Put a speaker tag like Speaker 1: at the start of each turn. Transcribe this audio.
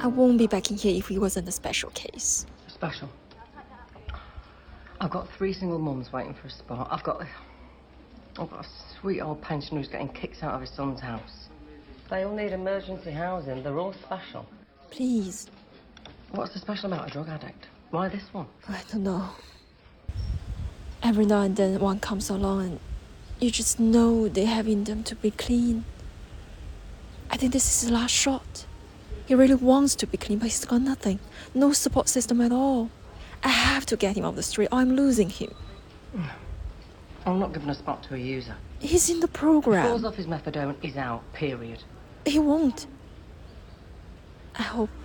Speaker 1: I won't be back in here if it wasn't a special case.
Speaker 2: Special. I've got three single mums waiting for a spot. I've got. I've got a sweet old pensioner who's getting kicked out of his son's house. They all need emergency housing. They're all special.
Speaker 1: Please.
Speaker 2: What's so special about a drug addict? Why this one?
Speaker 1: I don't know. Every now and then one comes along and you just know they have in them to be clean. I think this is his last shot. He really wants to be clean, but he's got nothing. No support system at all. I have to get him off the street or I'm losing him.
Speaker 2: I'm not giving a spot to a user.
Speaker 1: He's in the
Speaker 2: Falls
Speaker 1: program.
Speaker 2: off his methadone, he's out, period.
Speaker 1: He won't. I hope